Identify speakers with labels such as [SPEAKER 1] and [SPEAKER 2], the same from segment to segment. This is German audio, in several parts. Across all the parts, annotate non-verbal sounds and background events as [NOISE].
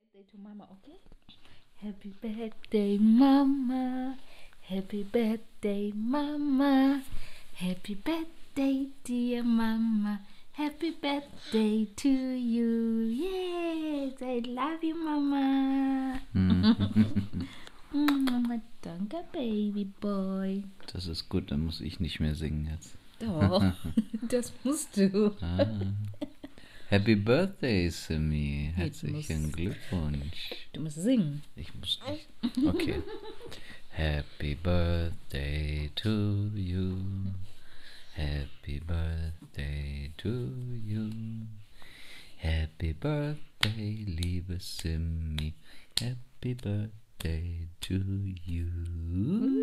[SPEAKER 1] birthday to Mama, okay? Happy birthday, Mama. Happy birthday, Mama. Happy birthday, dear Mama. Happy birthday to you. Yes, I love you, Mama.
[SPEAKER 2] Mhm.
[SPEAKER 1] Mm, Danke, Baby Boy.
[SPEAKER 2] Das ist gut, dann muss ich nicht mehr singen jetzt.
[SPEAKER 1] Doch, [LAUGHS] das musst du.
[SPEAKER 2] Ah. Happy Birthday, Sammy.
[SPEAKER 1] Jetzt
[SPEAKER 2] Herzlichen
[SPEAKER 1] muss-
[SPEAKER 2] Glückwunsch.
[SPEAKER 1] Du musst singen.
[SPEAKER 2] Ich muss nicht. Okay. Happy Birthday to you. Happy Birthday to you. Happy Birthday, liebe Simmi. Happy Birthday to you.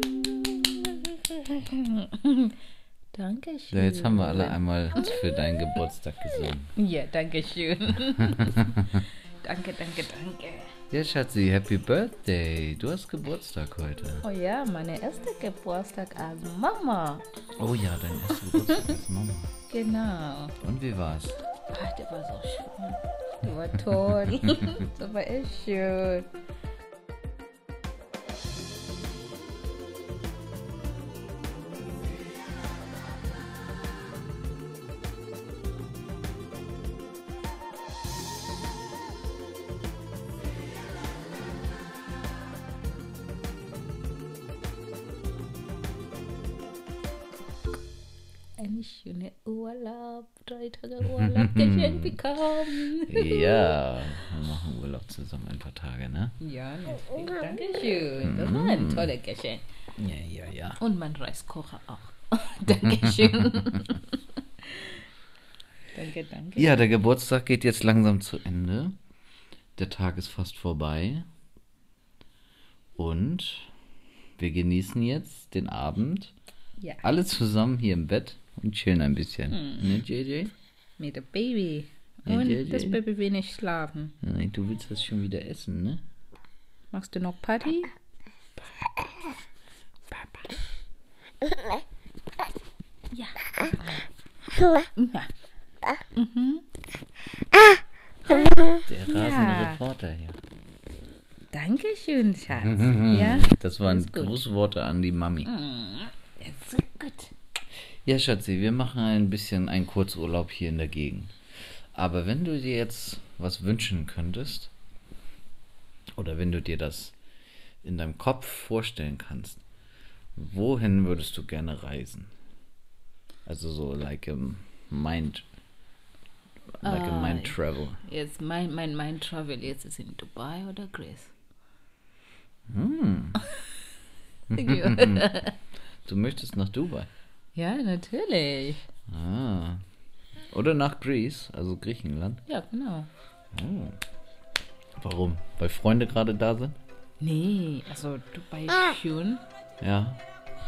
[SPEAKER 1] Danke schön.
[SPEAKER 2] So, jetzt haben wir alle einmal für deinen Geburtstag gesungen.
[SPEAKER 1] Ja, danke [LAUGHS] schön. danke, danke, danke.
[SPEAKER 2] Ja, Schatzi, Happy Birthday. Du hast Geburtstag heute.
[SPEAKER 1] Oh ja, meine erste Geburtstag als Mama.
[SPEAKER 2] Oh ja, dein erster Geburtstag als Mama.
[SPEAKER 1] Genau.
[SPEAKER 2] Und wie war's?
[SPEAKER 1] Ach, der war so schön. Der war toll. [LAUGHS] der war echt schön. Eine schöne Urlaub, drei Tage Urlaub [LAUGHS] geschenkt bekommen.
[SPEAKER 2] Ja, wir machen Urlaub zusammen ein paar Tage, ne?
[SPEAKER 1] Ja, natürlich. Dankeschön. Das war ein toller Geschenk.
[SPEAKER 2] Ja, ja, ja.
[SPEAKER 1] Und mein Reiskocher auch. [LAUGHS] Dankeschön. danke, danke.
[SPEAKER 2] Ja, der Geburtstag geht jetzt langsam zu Ende. Der Tag ist fast vorbei. Und wir genießen jetzt den Abend.
[SPEAKER 1] Ja,
[SPEAKER 2] Alle zusammen hier im Bett und chillen ein bisschen. Ne, JJ?
[SPEAKER 1] mit dem Baby.
[SPEAKER 2] Ja,
[SPEAKER 1] Und
[SPEAKER 2] ja, ja.
[SPEAKER 1] das Baby will nicht schlafen.
[SPEAKER 2] Nein, du willst das schon wieder essen, ne?
[SPEAKER 1] Machst du noch Party? Ja. ja.
[SPEAKER 2] Der rasende Reporter hier.
[SPEAKER 1] Dankeschön,
[SPEAKER 2] [LAUGHS]
[SPEAKER 1] Schatz. ja.
[SPEAKER 2] Das waren
[SPEAKER 1] gut.
[SPEAKER 2] Grußworte an die Mami.
[SPEAKER 1] So gut.
[SPEAKER 2] Ja, Schatzi, wir machen ein bisschen einen Kurzurlaub hier in der Gegend. Aber wenn du dir jetzt was wünschen könntest, oder wenn du dir das in deinem Kopf vorstellen kannst, wohin würdest du gerne reisen? Also so like a mind, like a mind travel.
[SPEAKER 1] Jetzt mein, mein, mein Travel jetzt ist in Dubai oder Greece.
[SPEAKER 2] Hm.
[SPEAKER 1] [LAUGHS] ja,
[SPEAKER 2] Du möchtest nach Dubai. [LAUGHS]
[SPEAKER 1] natürlich.
[SPEAKER 2] Ah. Oder nach Greece, also Griechenland.
[SPEAKER 1] Ja, genau.
[SPEAKER 2] Warum? Weil Freunde gerade da sind?
[SPEAKER 1] Nee, also Dubai ist schön.
[SPEAKER 2] Ja.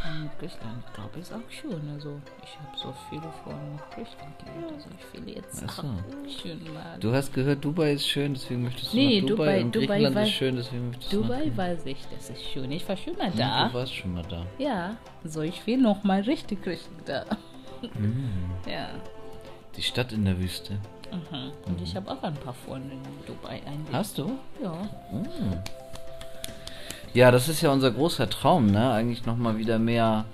[SPEAKER 1] Und Griechenland, glaube ich, ist auch schön. Also ich habe so viele von Griechenland gehört. Also ich will jetzt
[SPEAKER 2] Ach so.
[SPEAKER 1] auch schön mal.
[SPEAKER 2] Du hast gehört, Dubai ist schön, deswegen möchtest du
[SPEAKER 1] Nee,
[SPEAKER 2] nach Dubai.
[SPEAKER 1] Dubai-
[SPEAKER 2] und
[SPEAKER 1] Dubai
[SPEAKER 2] Griechenland
[SPEAKER 1] war-
[SPEAKER 2] ist schön, deswegen möchtest du nach
[SPEAKER 1] Dubai weiß ich, das ist schön. Ich war schon mal
[SPEAKER 2] Ja, Du
[SPEAKER 1] da.
[SPEAKER 2] warst schon mal da.
[SPEAKER 1] Ja, so ich will noch mal richtig, richtig da. Ja.
[SPEAKER 2] Die Stadt in der Wüste.
[SPEAKER 1] Mhm. Und ich habe auch ein paar Freunde in Dubai eingestellt.
[SPEAKER 2] Hast du?
[SPEAKER 1] Ja.
[SPEAKER 2] Ja, das ist ja unser großer Traum, ne? Eigentlich nochmal wieder mehr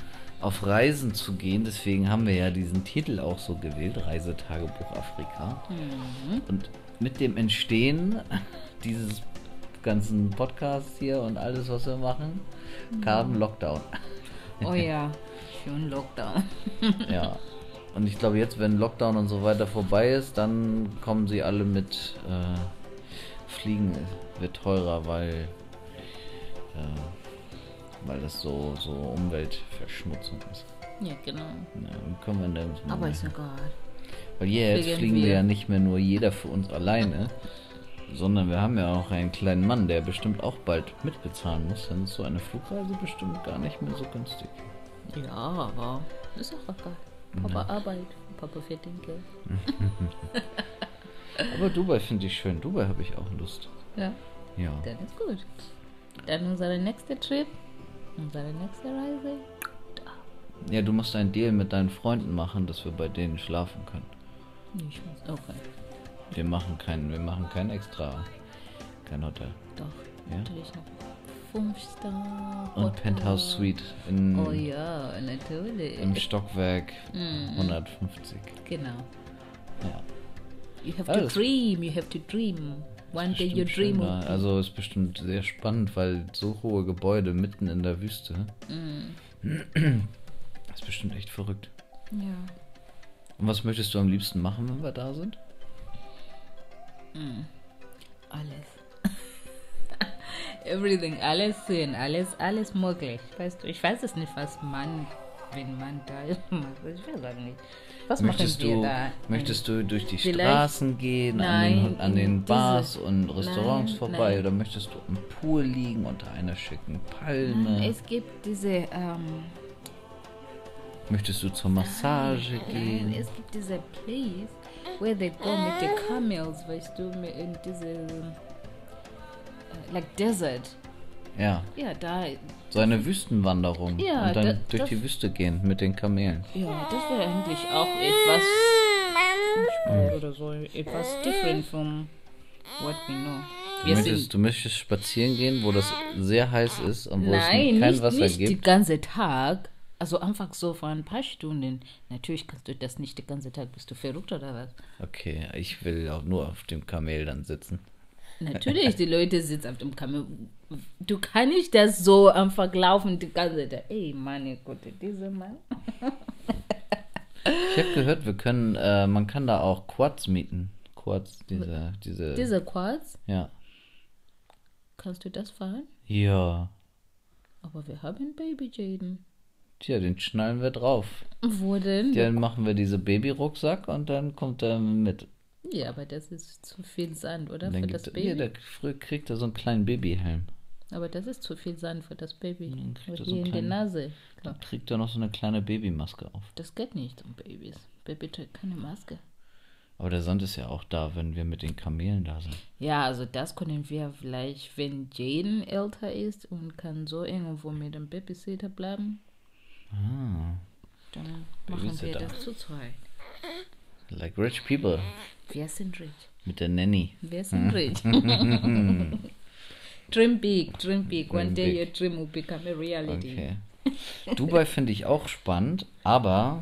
[SPEAKER 2] auf Reisen zu gehen. Deswegen haben wir ja diesen Titel auch so gewählt, Reisetagebuch Afrika. Und mit dem Entstehen [LAUGHS] dieses ganzen Podcasts hier und alles, was wir machen, kam Lockdown.
[SPEAKER 1] Oh ja, schön Lockdown.
[SPEAKER 2] Ja. Und ich glaube, jetzt, wenn Lockdown und so weiter vorbei ist, dann kommen sie alle mit äh, Fliegen wird teurer, weil, äh, weil das so, so Umweltverschmutzung ist.
[SPEAKER 1] Ja, genau.
[SPEAKER 2] Ja, dann können wir nirgends mehr
[SPEAKER 1] Aber
[SPEAKER 2] hin.
[SPEAKER 1] ist egal.
[SPEAKER 2] Weil jetzt
[SPEAKER 1] fliegen
[SPEAKER 2] fliegen wir
[SPEAKER 1] wir.
[SPEAKER 2] ja nicht mehr nur jeder für uns alleine, sondern wir haben ja auch einen kleinen Mann, der bestimmt auch bald mitbezahlen muss. Dann ist so eine Flugreise bestimmt gar nicht mehr so günstig.
[SPEAKER 1] Ja, aber ist auch egal. Papa arbeitet, Papa verdient Geld.
[SPEAKER 2] Aber Dubai finde ich schön. Dubai habe ich auch Lust.
[SPEAKER 1] Ja,
[SPEAKER 2] Ja.
[SPEAKER 1] dann ist gut. Dann unsere nächste Trip, unsere nächste Reise.
[SPEAKER 2] Ja, du musst einen Deal mit deinen Freunden machen, dass wir bei denen schlafen können.
[SPEAKER 1] Ich muss, okay.
[SPEAKER 2] Wir machen keinen, wir machen keinen extra kein Hotel.
[SPEAKER 1] Doch,
[SPEAKER 2] Ja?
[SPEAKER 1] natürlich noch. Fünf Star.
[SPEAKER 2] Und
[SPEAKER 1] Hotel.
[SPEAKER 2] Penthouse Suite in,
[SPEAKER 1] Oh ja, natürlich.
[SPEAKER 2] im Stockwerk
[SPEAKER 1] Mhm.
[SPEAKER 2] 150.
[SPEAKER 1] Genau.
[SPEAKER 2] Ja.
[SPEAKER 1] You have
[SPEAKER 2] Ja,
[SPEAKER 1] to
[SPEAKER 2] das-
[SPEAKER 1] dream, you have to dream. One day
[SPEAKER 2] Bestimmt
[SPEAKER 1] you dream.
[SPEAKER 2] schön
[SPEAKER 1] will
[SPEAKER 2] da.
[SPEAKER 1] be-
[SPEAKER 2] Also ist bestimmt sehr spannend, weil so hohe Gebäude mitten in der Wüste.
[SPEAKER 1] Mm.
[SPEAKER 2] Ist bestimmt echt verrückt.
[SPEAKER 1] ja.
[SPEAKER 2] Und was möchtest du am liebsten machen, wenn wir da sind?
[SPEAKER 1] Mm. Alles. [LAUGHS] Everything, alles sehen, alles, alles möglich. Weißt du, ich weiß es nicht, was man, wenn man da [LAUGHS] ist, macht. Ich weiß auch nicht. Was
[SPEAKER 2] möchtest
[SPEAKER 1] machen wir
[SPEAKER 2] du,
[SPEAKER 1] da?
[SPEAKER 2] möchtest du durch die
[SPEAKER 1] Vielleicht-
[SPEAKER 2] Straßen gehen, an den,
[SPEAKER 1] Nein,
[SPEAKER 2] an den
[SPEAKER 1] diese-
[SPEAKER 2] Bars und Restaurants
[SPEAKER 1] Nein,
[SPEAKER 2] vorbei?
[SPEAKER 1] nein.
[SPEAKER 2] Oder möchtest du am Pool liegen unter einer schicken Palme?
[SPEAKER 1] Nein, Mm. Es gibt diese, ähm,
[SPEAKER 2] möchtest du zur Massage
[SPEAKER 1] nein,
[SPEAKER 2] gehen?
[SPEAKER 1] es gibt diese place where they go mit the camels, weißt du, mit- in diese, äh, like desert.
[SPEAKER 2] Ja,
[SPEAKER 1] Ja, da,
[SPEAKER 2] so eine Wüstenwanderung
[SPEAKER 1] Ja,
[SPEAKER 2] und dann
[SPEAKER 1] da-
[SPEAKER 2] durch
[SPEAKER 1] das-
[SPEAKER 2] die Wüste gehen mit den Kamelen.
[SPEAKER 1] ja, das wäre eigentlich auch etwas
[SPEAKER 2] Hm.
[SPEAKER 1] oder so etwas different from what we know.
[SPEAKER 2] Du möchtest, du möchtest spazieren gehen, wo das sehr heiß ist und wo
[SPEAKER 1] nein,
[SPEAKER 2] es kein
[SPEAKER 1] nicht,
[SPEAKER 2] Wasser
[SPEAKER 1] nicht den
[SPEAKER 2] gibt.
[SPEAKER 1] ganzen Tag. Also einfach so für ein paar Stunden. Natürlich kannst du das nicht den ganzen Tag. Bist du verrückt oder was?
[SPEAKER 2] Okay, ich will auch nur auf dem Kamel dann sitzen.
[SPEAKER 1] Natürlich, die Leute sitzen auf dem Kamel. Du kannst nicht das so einfach laufen die ganze Tag. Ey, meine Güte, dieser Mann.
[SPEAKER 2] Ich habe gehört, wir können, äh, man kann da auch Quads mieten. Quads, diese, diese,
[SPEAKER 1] Diese Quads,
[SPEAKER 2] ja.
[SPEAKER 1] kannst du das fahren?
[SPEAKER 2] Ja,
[SPEAKER 1] Aber wir haben Baby Jaden.
[SPEAKER 2] tja, den schnallen wir drauf.
[SPEAKER 1] Wo denn?
[SPEAKER 2] Dann machen wir diese Babyrucksack und dann kommt er mit.
[SPEAKER 1] Ja, aber das ist zu viel Sand, oder?
[SPEAKER 2] Und dann
[SPEAKER 1] Für
[SPEAKER 2] gibt
[SPEAKER 1] das
[SPEAKER 2] er, ja,
[SPEAKER 1] Baby.
[SPEAKER 2] der früh kriegt er so einen kleinen Babyhelm.
[SPEAKER 1] Aber das ist zu viel Sand für das Baby.
[SPEAKER 2] Dann kriegt
[SPEAKER 1] Und
[SPEAKER 2] er so
[SPEAKER 1] hier in
[SPEAKER 2] einen
[SPEAKER 1] der
[SPEAKER 2] kleinen-
[SPEAKER 1] Nase.
[SPEAKER 2] Dann kriegt er noch so eine kleine Babymaske auf.
[SPEAKER 1] Das geht nicht um Babys. Baby trägt keine Maske.
[SPEAKER 2] Aber der Sand ist ja auch da, wenn wir mit den Kamelen da sind.
[SPEAKER 1] Ja, also das können wir vielleicht, wenn Jaden älter ist und kann so irgendwo mit dem Babysitter bleiben,
[SPEAKER 2] Ah.
[SPEAKER 1] dann machen wir
[SPEAKER 2] Babysitter.
[SPEAKER 1] das zu zweit.
[SPEAKER 2] Like rich people.
[SPEAKER 1] Wir sind rich.
[SPEAKER 2] Mit der Nanny.
[SPEAKER 1] Wir sind rich.
[SPEAKER 2] [LAUGHS]
[SPEAKER 1] dream big, dream big. One
[SPEAKER 2] Dream
[SPEAKER 1] day
[SPEAKER 2] big.
[SPEAKER 1] your dream will become a reality.
[SPEAKER 2] Okay. Dubai finde ich auch spannend, aber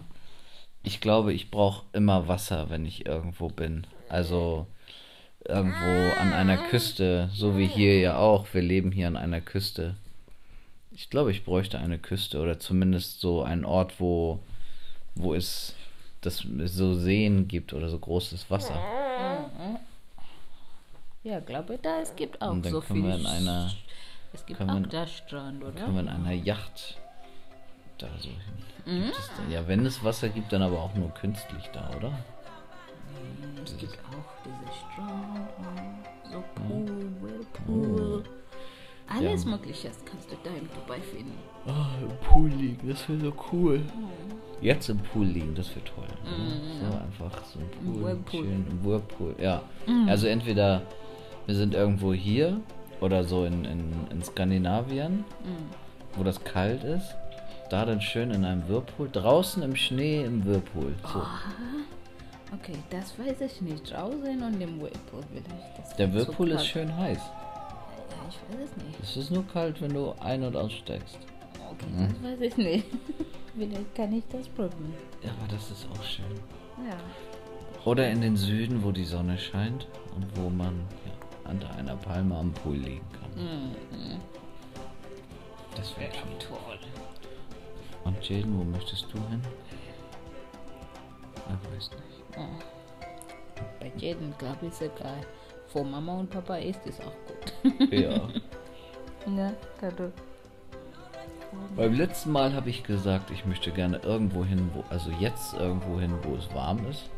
[SPEAKER 2] ich glaube, ich brauche immer Wasser, wenn ich irgendwo bin. Also irgendwo an einer Küste, so wie hier ja auch. Wir leben hier an einer Küste. Ich glaube, ich bräuchte eine Küste oder zumindest so einen Ort, wo, wo es das so Seen gibt oder so großes Wasser.
[SPEAKER 1] Ja, glaube da es gibt auch
[SPEAKER 2] Und dann
[SPEAKER 1] so
[SPEAKER 2] können
[SPEAKER 1] viel.
[SPEAKER 2] wir in einer-
[SPEAKER 1] es gibt
[SPEAKER 2] können
[SPEAKER 1] auch
[SPEAKER 2] wir in-
[SPEAKER 1] da Strand, oder?
[SPEAKER 2] Können wir in einer Yacht da so hin.
[SPEAKER 1] Mhm.
[SPEAKER 2] Gibt es da- Ja, wenn es Wasser gibt, dann aber auch nur künstlich da, oder?
[SPEAKER 1] Es gibt auch diese Strand, und so Pool,
[SPEAKER 2] Oh.
[SPEAKER 1] Whirlpool. Alles Mögliche kannst du da in Dubai finden.
[SPEAKER 2] Ah, im Pool liegen, das wäre so cool.
[SPEAKER 1] Oh.
[SPEAKER 2] Jetzt im Pool liegen, das wäre toll. oder? So einfach so im Pool,
[SPEAKER 1] Mhm. Whirlpool. Mhm.
[SPEAKER 2] schön im Whirlpool. Ja, also entweder wir sind irgendwo hier oder so in, in, in Skandinavien,
[SPEAKER 1] Mhm.
[SPEAKER 2] wo das kalt ist. Da dann schön in einem Whirlpool, draußen im Schnee im Whirlpool. So.
[SPEAKER 1] Oh, Okay, das weiß ich nicht. Draußen und im Whirlpool vielleicht. Das
[SPEAKER 2] Der
[SPEAKER 1] wird so
[SPEAKER 2] Whirlpool ist
[SPEAKER 1] kalt.
[SPEAKER 2] schön heiß.
[SPEAKER 1] Ja, ich weiß es nicht.
[SPEAKER 2] Es ist nur kalt, wenn du ein- und aussteigst.
[SPEAKER 1] Okay,
[SPEAKER 2] Mhm.
[SPEAKER 1] das weiß ich nicht. [LAUGHS] vielleicht kann ich das probieren.
[SPEAKER 2] Ja, aber das ist auch schön.
[SPEAKER 1] Ja.
[SPEAKER 2] Oder in den Süden, wo die Sonne scheint und wo man ja, unter einer Palme am Pool liegen kann. Mhm. Das wäre schön.
[SPEAKER 1] Toll.
[SPEAKER 2] Und Jaden, wo möchtest du hin? Ich weiß nicht.
[SPEAKER 1] Oh. Bei jedem, glaube ich, ist egal. Vor Mama und Papa ist es auch gut.
[SPEAKER 2] Ja.
[SPEAKER 1] ja, dadurch.
[SPEAKER 2] Beim letzten Mal habe ich gesagt, ich möchte gerne irgendwo hin, wo, also jetzt irgendwo hin, wo es warm ist.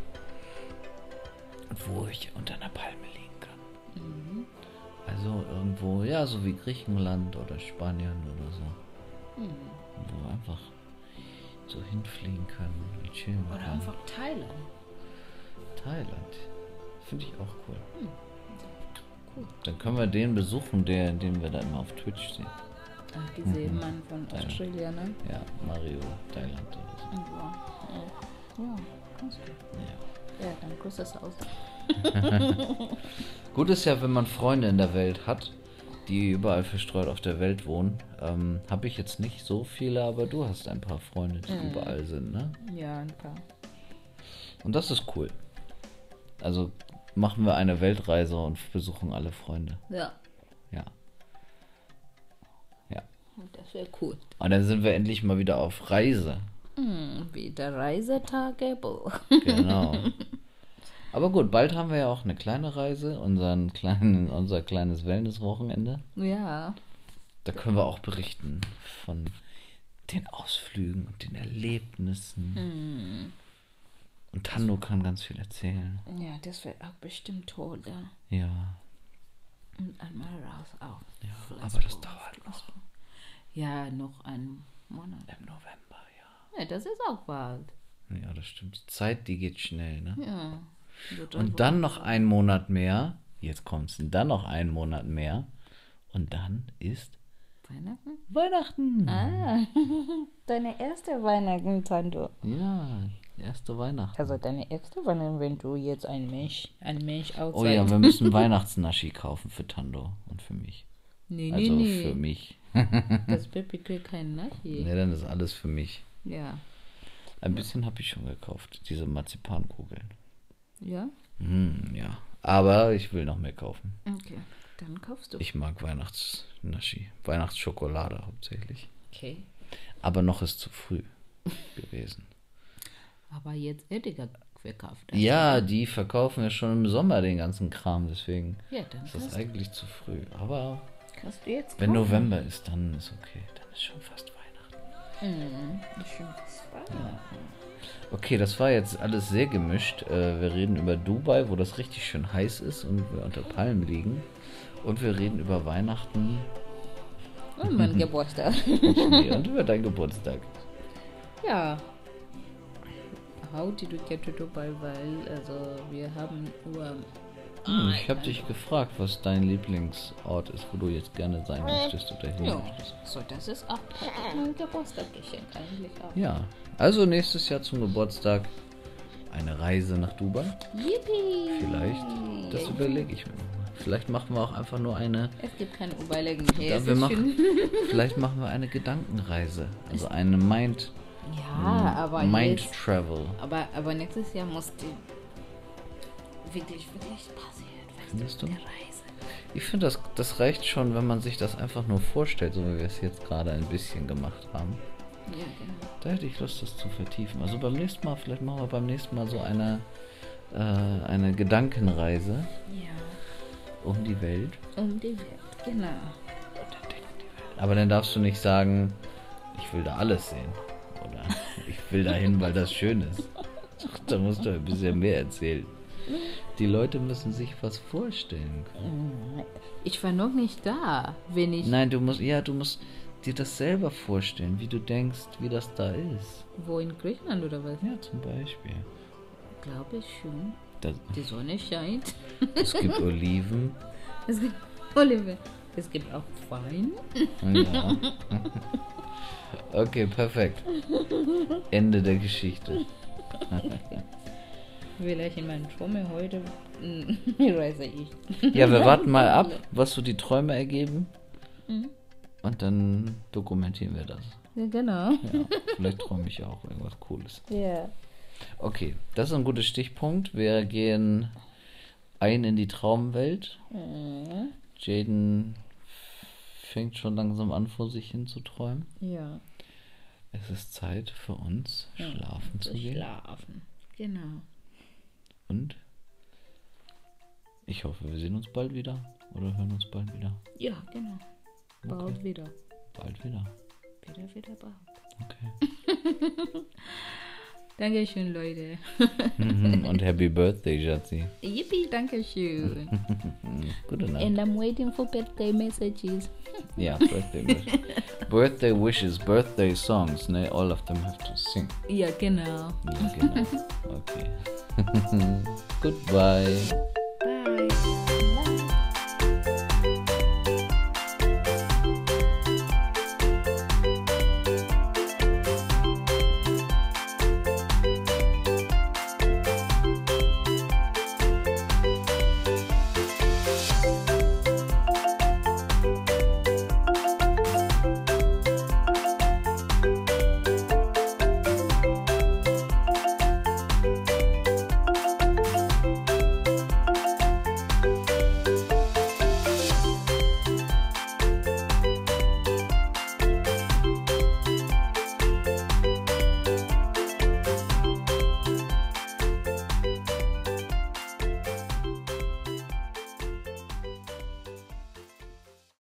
[SPEAKER 2] Und wo ich unter einer Palme liegen kann.
[SPEAKER 1] Mhm.
[SPEAKER 2] Also irgendwo, ja, so wie Griechenland oder Spanien oder so.
[SPEAKER 1] Mhm.
[SPEAKER 2] Wo wir einfach so hinfliegen können und chillen
[SPEAKER 1] Oder
[SPEAKER 2] können.
[SPEAKER 1] einfach Thailand.
[SPEAKER 2] Thailand. Finde ich auch cool.
[SPEAKER 1] Hm.
[SPEAKER 2] Dann können wir den besuchen, der, den wir da immer auf Twitch sehen.
[SPEAKER 1] Ach,
[SPEAKER 2] Mhm.
[SPEAKER 1] dieser Mann Äh, von Australien, ne?
[SPEAKER 2] Ja, Mario Thailand oder so.
[SPEAKER 1] Ja, kannst du.
[SPEAKER 2] Ja.
[SPEAKER 1] Ja, dann grüß das aus.
[SPEAKER 2] Gut ist ja, wenn man Freunde in der Welt hat, die überall verstreut auf der Welt wohnen. Ähm, Habe ich jetzt nicht so viele, aber du hast ein paar Freunde, die überall sind, ne?
[SPEAKER 1] Ja, ein paar.
[SPEAKER 2] Und das ist cool. Also machen wir eine Weltreise und besuchen alle Freunde.
[SPEAKER 1] Ja,
[SPEAKER 2] Ja. Ja.
[SPEAKER 1] das wäre cool.
[SPEAKER 2] Und dann sind wir endlich mal wieder auf Reise.
[SPEAKER 1] Hm, wieder Reisetagebuch.
[SPEAKER 2] Genau. Aber gut, bald haben wir ja auch eine kleine Reise, unseren kleinen, [LAUGHS] unser kleines Wellness-Wochenende.
[SPEAKER 1] ja,
[SPEAKER 2] Da können wir auch berichten von den Ausflügen und den Erlebnissen.
[SPEAKER 1] Hm.
[SPEAKER 2] Und Tando kann ganz viel erzählen.
[SPEAKER 1] ja, das wäre auch bestimmt toll, da.
[SPEAKER 2] Ja,
[SPEAKER 1] Und einmal raus auch. Ja,
[SPEAKER 2] aber das dauert noch
[SPEAKER 1] Ja, noch einen Monat.
[SPEAKER 2] im November, ja.
[SPEAKER 1] Ja, das ist auch bald.
[SPEAKER 2] Ja, das stimmt. Die Zeit, die geht schnell, ne?
[SPEAKER 1] Ja. So, dann
[SPEAKER 2] Und dann noch einen Monat mehr. Jetzt kommt's. Und dann noch einen Monat mehr. Und dann ist
[SPEAKER 1] Weihnachten?
[SPEAKER 2] Weihnachten.
[SPEAKER 1] Ah, [LAUGHS] deine erste Weihnachten, Tando.
[SPEAKER 2] Ja, erste Weihnachten.
[SPEAKER 1] Also deine erste Weihnachten, wenn du jetzt ein Mensch, ein Mensch aussehen.
[SPEAKER 2] Oh ja,
[SPEAKER 1] [LAUGHS]
[SPEAKER 2] wir müssen Weihnachtsnaschi kaufen für Tando und für mich.
[SPEAKER 1] nee, nee,
[SPEAKER 2] Also
[SPEAKER 1] nee.
[SPEAKER 2] für mich. Hm.
[SPEAKER 1] Das Baby kriegt keinen Nachi.
[SPEAKER 2] Ne, dann ist alles für mich.
[SPEAKER 1] Ja.
[SPEAKER 2] Ein bisschen habe ich schon gekauft, diese Marzipankugeln.
[SPEAKER 1] Ja?
[SPEAKER 2] Hm, ja. Aber ich will noch mehr kaufen.
[SPEAKER 1] Okay. Dann kaufst du.
[SPEAKER 2] Ich mag Weihnachtsnaschi. Weihnachtsschokolade hauptsächlich.
[SPEAKER 1] Okay.
[SPEAKER 2] Aber noch ist zu früh gewesen.
[SPEAKER 1] Aber jetzt Edeka verkauft. das.
[SPEAKER 2] Ja, die verkaufen ja schon im Sommer den ganzen Kram, deswegen
[SPEAKER 1] Ja, dann
[SPEAKER 2] ist das
[SPEAKER 1] kannst,
[SPEAKER 2] eigentlich zu früh. Aber
[SPEAKER 1] kannst du jetzt
[SPEAKER 2] wenn
[SPEAKER 1] kaufen.
[SPEAKER 2] November ist, dann ist okay. Dann ist schon fast Weihnachten.
[SPEAKER 1] Ich Mhm. schon zwei.
[SPEAKER 2] Okay, das war jetzt alles sehr gemischt. Äh, wir reden über Dubai, wo das richtig schön heiß ist und wir unter Palmen liegen. Und wir reden über Weihnachten
[SPEAKER 1] Und
[SPEAKER 2] [LAUGHS]
[SPEAKER 1] mein Geburtstag.
[SPEAKER 2] und Schnee und über deinen Geburtstag.
[SPEAKER 1] Ja. Howdy, du kennst Dubai, weil also wir haben nur.
[SPEAKER 2] Hm, ich habe dich gefragt, was dein Lieblingsort ist, wo du jetzt gerne sein möchtest oder hin
[SPEAKER 1] Ja,
[SPEAKER 2] möchtest.
[SPEAKER 1] so das ist auch mein Geburtstaggeschenk eigentlich auch.
[SPEAKER 2] Ja, also nächstes Jahr zum Geburtstag eine Reise nach Dubai.
[SPEAKER 1] Yippie!
[SPEAKER 2] Vielleicht. Das überlege ich mir nochmal. Vielleicht machen wir auch einfach nur eine.
[SPEAKER 1] Es gibt keine Überlegen hier.
[SPEAKER 2] Ja,
[SPEAKER 1] es
[SPEAKER 2] wir
[SPEAKER 1] ist
[SPEAKER 2] machen,
[SPEAKER 1] schön. [LAUGHS]
[SPEAKER 2] vielleicht machen wir eine Gedankenreise. Also eine Mind, Hm,
[SPEAKER 1] Ja, aber
[SPEAKER 2] Mind
[SPEAKER 1] jetzt,
[SPEAKER 2] Travel.
[SPEAKER 1] aber, aber nächstes Jahr muss die wirklich, wirklich passieren. Weißt
[SPEAKER 2] Findest du?
[SPEAKER 1] du, eine Reise.
[SPEAKER 2] Ich finde, das, das reicht schon, wenn man sich das einfach nur vorstellt, so wie wir es jetzt gerade ein bisschen gemacht haben.
[SPEAKER 1] Ja, genau.
[SPEAKER 2] Da hätte ich Lust, das zu vertiefen. Also beim nächsten Mal, vielleicht machen wir beim nächsten Mal so eine, äh, eine Gedankenreise
[SPEAKER 1] Ja,
[SPEAKER 2] um die Welt.
[SPEAKER 1] um die Welt, genau.
[SPEAKER 2] Aber dann darfst du nicht sagen, ich will da alles sehen. Oder [LAUGHS] ich will dahin, weil das schön ist. Doch, Da musst du ein bisschen mehr erzählen. Die Leute müssen sich was vorstellen können.
[SPEAKER 1] Ich war noch nicht da, wenn ich.
[SPEAKER 2] Nein, du musst, ja, du musst dir das selber vorstellen, wie du denkst, wie das da ist.
[SPEAKER 1] Wo in Griechenland oder was?
[SPEAKER 2] Ja, zum Beispiel.
[SPEAKER 1] Glaube ich schon.
[SPEAKER 2] Da,
[SPEAKER 1] Die Sonne scheint.
[SPEAKER 2] es gibt Oliven.
[SPEAKER 1] Es gibt Olive. Es gibt auch Wein.
[SPEAKER 2] Ja. Okay, perfekt. Ende der Geschichte.
[SPEAKER 1] Vielleicht in meinen Träumen heute mm, [LAUGHS] reise ich.
[SPEAKER 2] Ja, wir warten mal ab, was so die Träume ergeben. Und dann dokumentieren wir das.
[SPEAKER 1] Ja, genau.
[SPEAKER 2] Ja, vielleicht träume ich ja auch irgendwas Cooles.
[SPEAKER 1] Ja.
[SPEAKER 2] Okay, das ist ein guter Stichpunkt. Wir gehen ein in die Traumwelt. Jaden fängt schon langsam an, vor sich hin zu träumen.
[SPEAKER 1] Ja.
[SPEAKER 2] Es ist Zeit für uns, schlafen zu
[SPEAKER 1] Zu
[SPEAKER 2] gehen.
[SPEAKER 1] schlafen. Genau.
[SPEAKER 2] Und ich hoffe, wir sehen uns bald wieder oder hören uns bald wieder.
[SPEAKER 1] Ja, genau. Bald wieder.
[SPEAKER 2] Bald wieder.
[SPEAKER 1] Wieder, wieder bald.
[SPEAKER 2] Okay.
[SPEAKER 1] Dankeschön, Leute.
[SPEAKER 2] Mhm, [LAUGHS] Und Happy Birthday, Jatzi.
[SPEAKER 1] Yippie, Dankeschön.
[SPEAKER 2] Gute Nacht.
[SPEAKER 1] And I'm waiting for birthday messages.
[SPEAKER 2] yeah, birthday wishes. birthday wishes, birthday songs, ne? All of them have to sing.
[SPEAKER 1] Ja, genau.
[SPEAKER 2] Ja, genau. Okay. [LAUGHS] Goodbye.